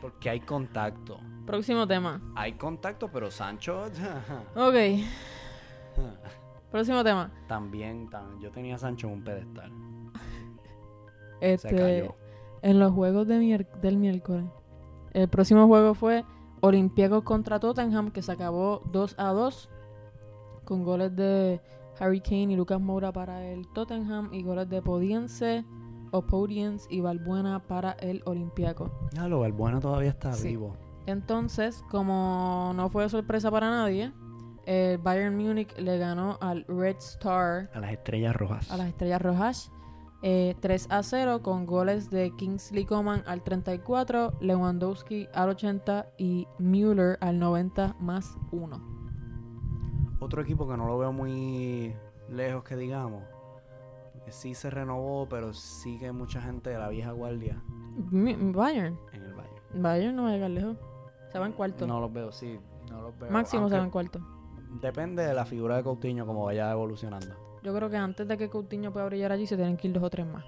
Porque hay contacto. Próximo tema. Hay contacto, pero Sancho. Ok, próximo tema. también, tam- yo tenía a Sancho en un pedestal. Se Este, cayó. en los juegos de mier- del miércoles, el próximo juego fue Olympiacos contra Tottenham, que se acabó 2 a 2, con goles de Harry Kane y Lucas Moura para el Tottenham, y goles de Podiense, Opodiens y Valbuena para el Olympiacos. Ya lo, el bueno todavía está Sí. vivo. Entonces, como no fue sorpresa para nadie, el Bayern Múnich le ganó al Red Star, A las estrellas rojas. a las Estrellas Rojas, eh, 3 a 0 con goles de Kingsley Coman al 34, Lewandowski al 80 y Müller al 90 más 1. Otro equipo que no lo veo muy lejos, que digamos. que Sí se renovó, pero sigue mucha gente de la vieja guardia Mi- Bayern, en el Bayern. Bayern no va a llegar lejos. Se va en cuarto. No los veo, sí. No los veo. Máximo se Aunque va en cuarto. Depende de la figura de Coutinho como vaya evolucionando. Yo creo que antes de que Coutinho pueda brillar allí se tienen que ir dos o tres más.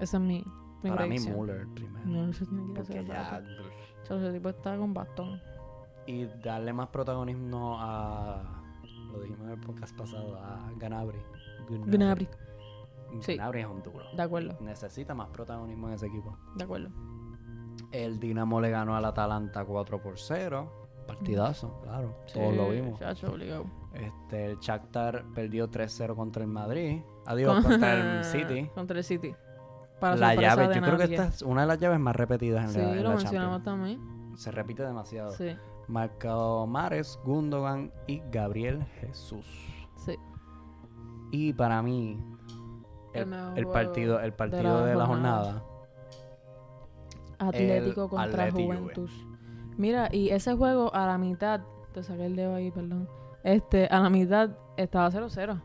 Esa es mi, mi Para mí predicción. Muller primero. No, eso tiene que ir a porque ser ya... rápido. O sea, ese tipo está con bastón. Y darle más protagonismo a... Lo dijimos en el podcast pasado, a Ganabri. Gnabry. Sí. Ganabri es un duro. De acuerdo, Necesita más protagonismo en ese equipo. de acuerdo. El Dinamo le ganó al Atalanta 4 por 0. Partidazo, claro. Todos Mm. Sí, lo vimos. chacho, obligado. Este, el Shakhtar perdió 3-0 contra el Madrid. Adiós, contra el City. Contra el City. Para la sorpresa llave, de yo creo que nadie. esta es una de las llaves más repetidas en Sí, la, en lo la mencionamos Champions. Oh. también. Se repite demasiado. Sí. Marcado Mares, Gundogan y Gabriel Jesús. Sí. Y para mí, El el, mejor el juego partido, el partido la de la jornada. jornada. Atlético El contra Atleti Juve. Juventus. Mira, y ese juego a la mitad, te saqué el dedo ahí, perdón. Este, a la mitad estaba 0-0.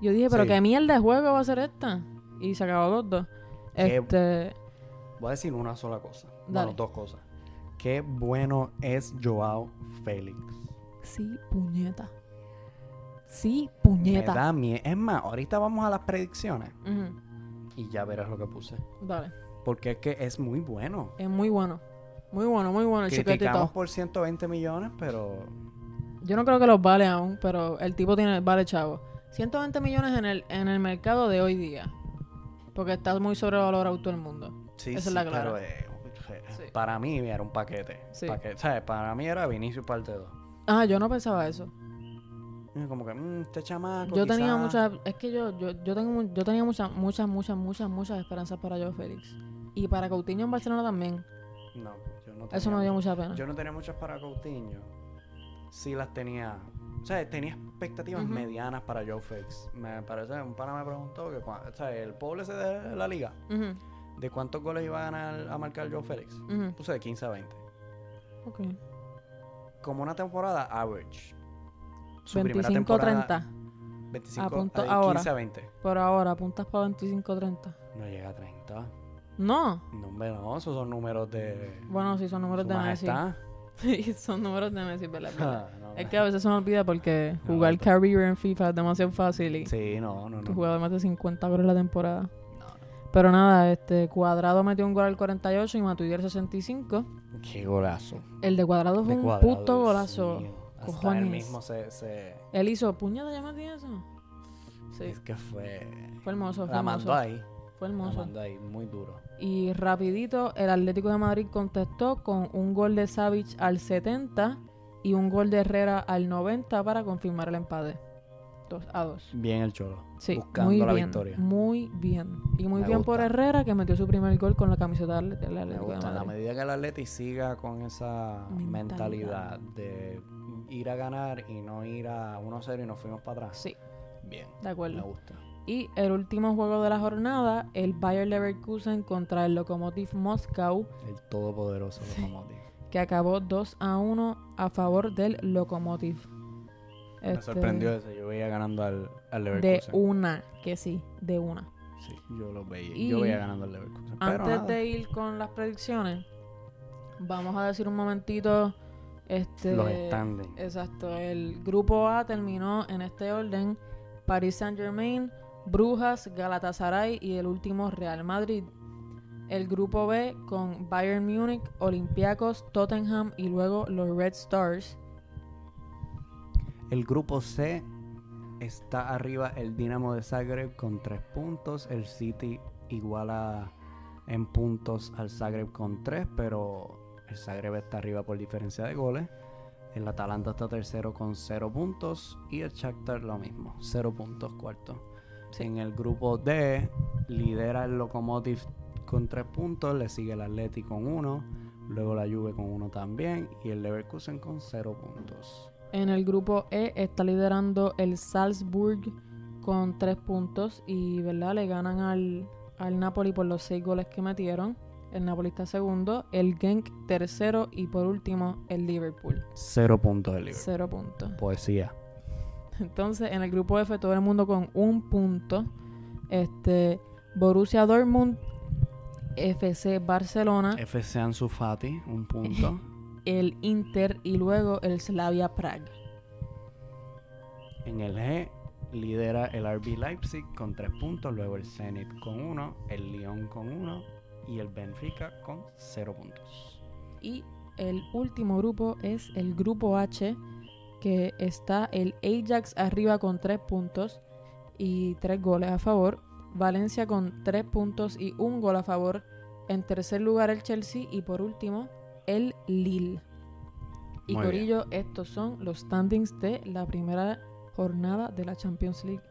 Yo dije, pero Sí. qué mierda de juego va a ser esta. Y se acabó 2-2. Qué- Este, Voy a decir una sola cosa. Dale. Bueno, dos cosas. Qué bueno es Joao Félix. sí, puñeta. Sí, Me puñeta. da mie- Es más, ahorita vamos a las predicciones Ujú, y ya verás lo que puse. Dale, Porque es que es muy bueno. es muy bueno. Muy bueno, muy bueno el Criticamos chiquitito. por 120 millones, pero Yo no creo que los vale aún, pero el tipo tiene vale chavo. 120 millones en el, en el mercado de hoy día. Porque está muy sobrevalorado todo el mundo. sí, Esa es sí, la clara. pero, eh, eh, Sí. para mí era un paquete. Sí. Paquete, ¿sabes? Para mí era Vinicius parte 2. Ah, yo no pensaba eso. Como que, mm, este chamaco. Yo tenía quizá- muchas, es que yo, yo, yo tengo, mu- yo tenía muchas, muchas, muchas, muchas, muchas esperanzas para Joe Félix. Y para Coutinho en Barcelona también. No, yo no tenía Eso me dio mucha pena. Yo no tenía muchas para Coutinho. Sí las tenía. O sea, tenía expectativas Ujú. medianas para Joe Félix. Me parece, un pana me preguntó que cua- o sea, el pobre se de la liga, Ujú, ¿de cuántos goles iba a ganar a marcar Joe Félix? ujú. Puse de 15 a 20. Ok. Como una temporada average. Su primera 25-30. 25 Apuntó ay, 15 ahora. a 20. Por ahora, apuntas para 25-30. No llega a 30. No. No, hombre, no, esos son números de. Bueno, sí, son números su de Messi. majestad. Sí, son números de Messi, ¿verdad? verdad. Ah, no, es no. que a veces se me olvida porque No, jugar no. career en FIFA es demasiado fácil y Sí, no, no, tú no. jugabas más de 50 goles la temporada. No, no. Pero nada, este Cuadrado metió un gol al 48 y Matuidi al 65. Qué golazo. El de Cuadrado fue de un cuadrado, puto Dios golazo. mío. Hasta Cojones. él mismo se. se- Él hizo puñada, ya metí eso. Sí, Es que fue. fue hermoso, fue La mandó hermoso. ahí. Fue La hermoso. mandó ahí, muy duro. Y rapidito, el Atlético de Madrid contestó con un gol de Savage al 70 y un gol de Herrera al 90 para confirmar el empate. 2 a 2. Bien el cholo. Sí, buscando muy la bien, victoria. Muy bien. Y muy Me bien por gusta. Herrera que metió su primer gol con la camiseta del del Me Atlético gusta. de A Madrid. medida que el Atleti siga con esa Mentalidad. mentalidad. de ir a ganar y no ir a 1-0 y nos fuimos para atrás. Sí, Bien. de Me acuerdo. gusta. Y el último juego de la jornada, el Bayer Leverkusen contra el Lokomotiv Moscow, El todopoderoso Lokomotiv. que acabó 2 a 1 a favor del Lokomotiv. Me Este, sorprendió eso. Yo veía ganando al, al De Leverkusen. una, que sí, de una. Sí, yo lo veía. Y yo veía ganando al Leverkusen. Pero Antes nada, de ir con las predicciones, vamos a decir un momentito. Este, los standings. Exacto. El grupo A terminó en este orden: Paris Saint Germain, Brujas, Galatasaray y el último Real Madrid. El grupo B con Bayern Múnich, Olympiacos, Tottenham y luego los Red Stars. El grupo C está arriba el Dinamo de Zagreb con 3 puntos. El City iguala en puntos al Zagreb con 3, pero el Zagreb está arriba por diferencia de goles. El Atalanta está tercero con 0 puntos y el Shakhtar lo mismo, 0 puntos cuarto. En el grupo D lidera el Lokomotiv con 3 puntos, le sigue el Atleti con 1, luego la Juve con 1 también y el Leverkusen con 0 puntos. En el grupo E está liderando el Salzburg con tres puntos y ¿verdad? le ganan al, al Napoli por los seis goles que metieron. El Napoli está segundo, el Genk tercero y por último el Liverpool. Cero puntos de Liverpool. Cero puntos. Poesía. Entonces en el grupo F todo el mundo con un punto. Este Borussia Dortmund, FC Barcelona, FC Ansu Fati, un punto. el Inter y luego el Slavia Praga. en el G lidera el RB Leipzig con tres puntos, luego el Zenit con uno, el Lyon con uno y el Benfica con cero puntos. Y el último grupo es el grupo H, que está el Ajax arriba con 3 puntos y 3 goles a favor. Valencia con 3 puntos y 1 gol a favor. En tercer lugar el Chelsea y por último el Lille. Y Muy Corillo, estos son los standings de la primera jornada de la Champions League.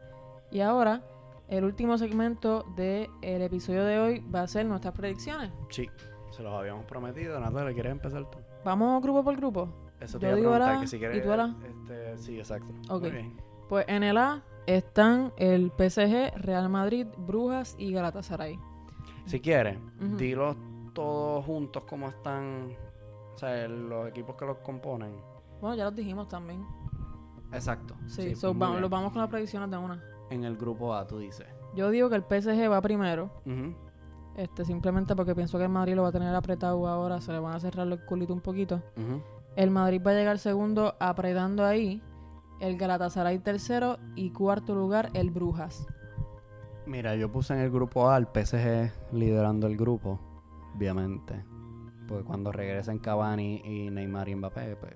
Y ahora, el último segmento del episodio de hoy va a ser nuestras predicciones. Sí, se los habíamos prometido. Natalia, ¿quieres empezar tú? Vamos grupo por grupo. Eso Yo te iba a digo preguntar, la- que si quieres. ¿y tú la? este, sí, exacto. Ok. Muy bien. Pues en el A están el PSG, Real Madrid, Brujas y Galatasaray. Si quieres, Ujú. dilos todos juntos cómo están. O sea, los equipos que los componen. Bueno, ya los dijimos también. Exacto. Sí, pues, so muy vamos, bien. los vamos con las predicciones de una. En el grupo A, tú dices. Yo digo que el PSG va primero, Ujú. este, simplemente porque pienso que el Madrid lo va a tener apretado ahora, se le van a cerrar el culito un poquito. Ujú. El Madrid va a llegar segundo apretando ahí, el Galatasaray tercero y cuarto lugar el Brujas. Mira, yo puse en el grupo A al PSG liderando el grupo, obviamente. Porque cuando regresen Cavani y Neymar y Mbappé, pues.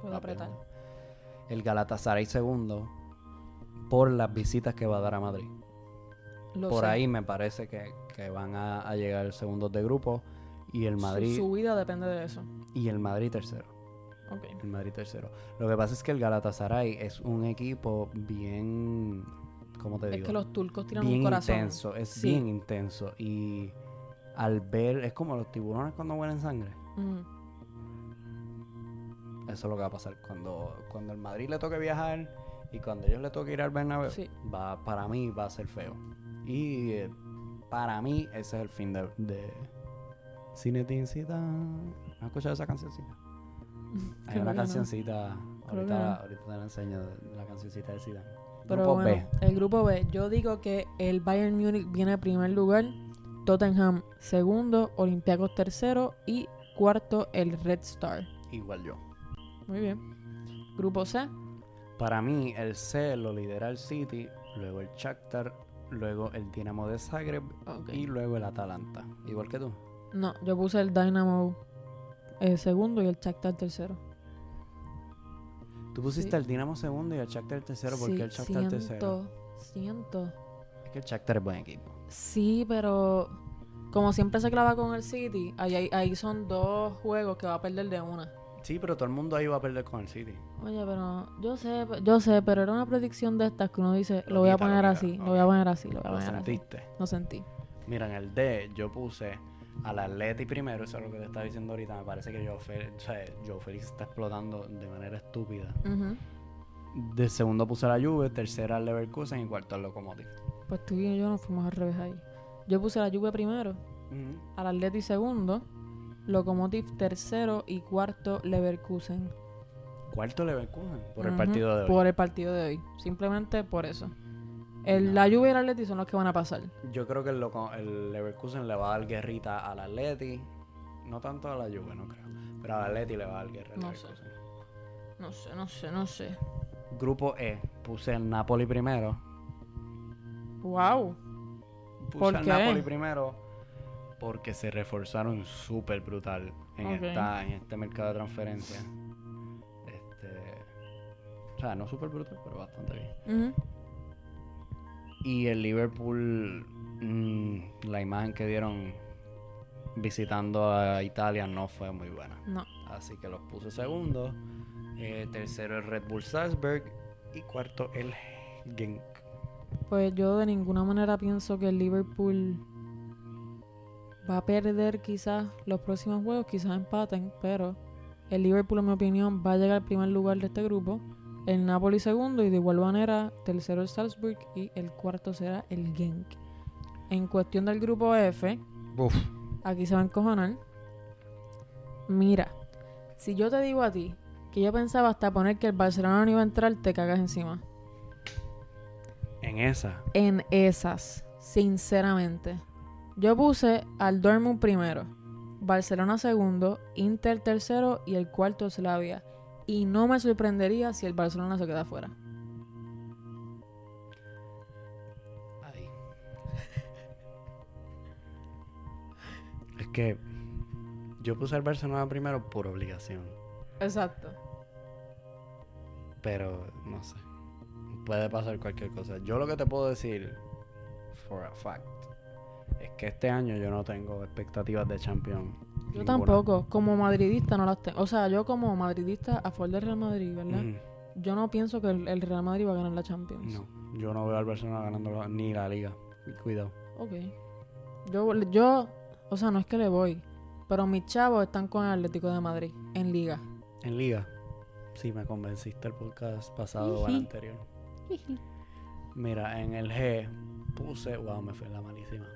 Puedo va apretar. perdiendo. El Galatasaray segundo por las visitas que va a dar a Madrid. Lo por sé. ahí me parece que, que van a, a llegar segundos de grupo y el Su- Madrid Su, vida depende de eso. y el Madrid tercero. Ok. El Madrid tercero. Lo que pasa es que el Galatasaray es un equipo bien, ¿cómo te Es digo? que los turcos tiran bien un corazón. intenso, es Sí. bien intenso. Y al ver, es como los tiburones cuando huelen sangre. Ujú. Eso es lo que va a pasar. Cuando, cuando el Madrid le toque viajar y cuando ellos le toque ir al Bernabéu, Sí. va, para mí va a ser feo. Y eh, para mí ese es el fin de... de... Zinedine Zidane. ¿No has escuchado esa cancioncita? Hay Creo que una no. cancioncita... Creo que Ahorita, no. ahorita te la enseño, de- la cancioncita de Zidane. Pero Grupo bueno, B. el grupo B. Yo digo que el Bayern Múnich viene en primer lugar, Tottenham segundo, Olympiacos tercero y cuarto el Red Star. Igual yo. Muy bien. Grupo C. Para mí, el C lo lidera el City, luego el Shakhtar, luego el Dinamo de Zagreb Ok. y luego el Atalanta. Igual que tú. No, yo puse el Dynamo eh, segundo y el Shakhtar tercero. Tú pusiste Sí. el Dinamo segundo y el Shakhtar tercero porque Sí, el Shakhtar siento, tercero. Siento. Es que el Shakhtar es buen equipo. Sí, pero como siempre se clava con el City, ahí, ahí, ahí son dos juegos que va a perder de una. Sí, pero todo el mundo ahí va a perder con el City. Oye, pero yo sé, yo sé, pero era una predicción de estas que uno dice, lo, voy a quita, lo poner quita, así, ok. lo voy a poner así, lo voy a Lo poner así. sentiste. No sentí. Mira, en el D yo puse al Atleti primero, eso es lo que te estaba diciendo ahorita. Me parece que Joe Félix, o sea, Joe Félix está explotando de manera estúpida. Ujú. De segundo puse a la Juve, tercera al Leverkusen y cuarto al Lokomotiv. Pues tú y yo nos fuimos al revés ahí. Yo puse la Juve primero, Ujú. al Atleti segundo, Lokomotiv tercero y cuarto Leverkusen. Cuarto Leverkusen por el Ujú, partido de hoy. Por el partido de hoy. Simplemente por eso. El, La Juve y el Atleti son los que van a pasar. Yo creo que el, loco- el Leverkusen le va a dar guerrita al Atleti. No tanto a la Juve, no creo. Pero al Atleti le va a dar guerra al No sé. Leverkusen. No sé, no sé, no sé. Grupo E. Puse el Napoli primero. ¡Wow! Puse ¿Por al qué? Napoli primero porque se reforzaron súper brutal en, Ok. esta, en este mercado de transferencia. Este, o sea, no súper brutal, pero bastante bien. Ujú. Y el Liverpool, mm, la imagen que dieron visitando a Italia no fue muy buena. No. Así que los puse segundo. Eh, tercero el Red Bull Salzburg. Y cuarto el Genk. Pues yo de ninguna manera pienso que el Liverpool va a perder quizás los próximos juegos, quizás empaten, pero el Liverpool en mi opinión va a llegar al primer lugar de este grupo, el Napoli segundo y de igual manera tercero el Salzburg y el cuarto será el Genk. En cuestión del grupo F, aquí se va a encojonar. Mira, si yo te digo a ti que yo pensaba hasta poner que el Barcelona no iba a entrar, te cagas encima En esa. en esas, sinceramente. Yo puse al Dortmund primero, Barcelona segundo, Inter tercero y el cuarto Slavia. Y no me sorprendería si el Barcelona se queda fuera. Ahí. es que yo puse al Barcelona primero por obligación. Exacto. Pero no sé. Puede pasar cualquier cosa. Yo lo que te puedo decir, for a fact, es que este año yo no tengo expectativas de campeón. Yo Ninguna. tampoco, como madridista no las tengo. O sea, yo como madridista a favor del Real Madrid, ¿verdad? Mm, Yo no pienso que el, el Real Madrid va a ganar la Champions. No, yo no veo al Barcelona ganando la- ni la liga. Cuidado. Ok. Yo, yo, o sea, no es que le voy, pero mis chavos están con el Atlético de Madrid en liga. en liga. Sí, me convenciste el podcast pasado o el Jiji. anterior. Mira, en el G puse. Wow, me fue la malísima.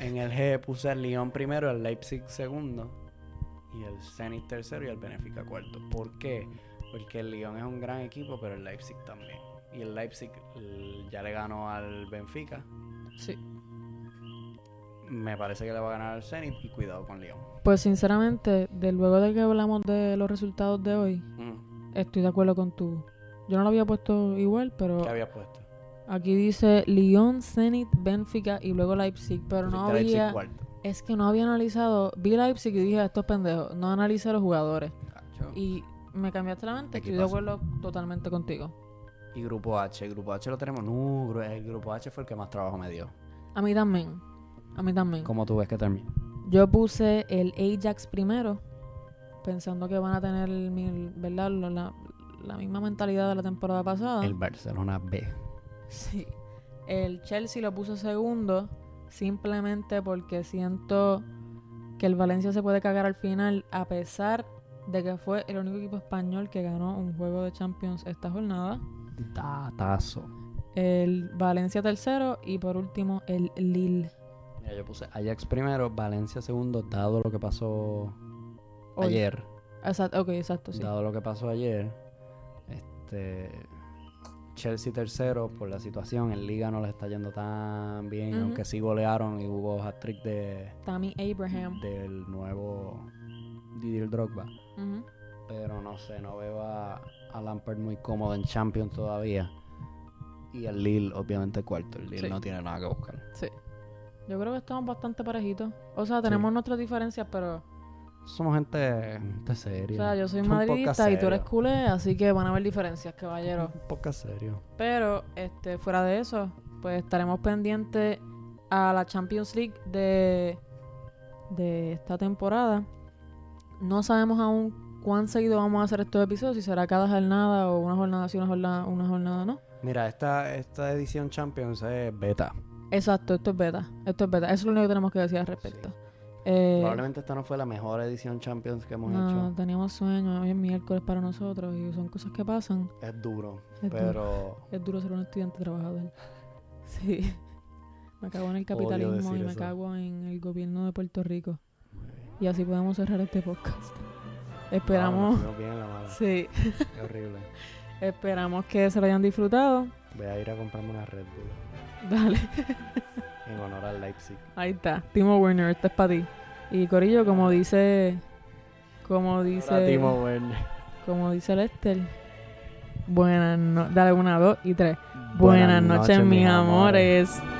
En el G puse el Lyon primero, el Leipzig segundo, y el Zenit tercero y el Benfica cuarto. ¿Por qué? Porque el Lyon es un gran equipo, pero el Leipzig también. Y el Leipzig l- ya le ganó al Benfica. Sí. Me parece que le va a ganar al Zenit y cuidado con Lyon. Pues sinceramente, de luego de que hablamos de los resultados de hoy, Mm, estoy de acuerdo con tu. Yo no lo había puesto igual, pero ¿Qué habías puesto? aquí dice Lyon, Zenit, Benfica y luego Leipzig, pero no Pusiste Leipzig había cuarto. es que no había analizado, vi Leipzig y dije, estos pendejos, no analicé a los jugadores Cacho. Y, y me cambiaste la mente, estoy de Equipazo. acuerdo totalmente contigo. grupo H, el grupo H lo tenemos. No, gru- el grupo H fue el que más trabajo me dio. A mí también. A mí también. ¿Cómo tú ves que termina? Yo puse el Ajax primero, pensando que van a tener mi- ¿verdad? Lo- La, la misma mentalidad de la temporada pasada. El Barcelona B. Sí. El Chelsea lo puse segundo, simplemente porque siento que el Valencia se puede cagar al final, a pesar de que fue el único equipo español que ganó un juego de Champions esta jornada. Datazo. El Valencia tercero y por último el Lille. Mira, yo puse Ajax primero, Valencia segundo, dado lo que pasó Hoy. ayer. Exacto, ok, exacto, sí. Dado lo que pasó ayer. Este. Chelsea tercero por la situación. En Liga no les está yendo tan bien. Ujú. Aunque sí golearon y hubo hat-trick de, Tammy Abraham. del nuevo Didier Drogba. Ujú. Pero no sé, no veo a, a Lampard muy cómodo en Champions todavía. Y el Lille, obviamente, cuarto. El Lille Sí. no tiene nada que buscar. Sí. Yo creo que estamos bastante parejitos. O sea, tenemos nuestras diferencias, pero. Somos gente, gente seria. O sea, yo soy Un podcast madridista y tú eres serio. culé, así que van a haber diferencias, caballero. Un podcast serio. Pero, este, fuera de eso, pues estaremos pendientes a la Champions League de, de esta temporada. No sabemos aún cuán seguido vamos a hacer estos episodios, si será cada jornada o una jornada sí, una jornada, una jornada no. Mira, esta, esta edición Champions es beta. Eh. Exacto, esto es beta. Esto es beta. Eso es lo único que tenemos que decir al respecto. Eh, Probablemente esta no fue la mejor edición Champions que hemos No, hecho. teníamos sueño, hoy es miércoles para nosotros y son cosas que pasan. Es duro, Es duro, pero es duro ser un estudiante trabajador. Sí. Me cago en el Odio capitalismo y decir me eso. cago en el gobierno de Puerto Rico. Y así podemos cerrar este podcast. Esperamos, Ah, nos fuimos bien en la mala. sí, Es horrible. esperamos que se lo hayan disfrutado. Voy a ir a comprarme una Red Bull Dale, en honor al Leipzig. ahí está. Timo Werner, este es para ti. Y Corillo, como dice, como Ahora dice, Timo Werner. como dice Lester, buenas no, dale una, dos y tres. Buenas noches, mis amores.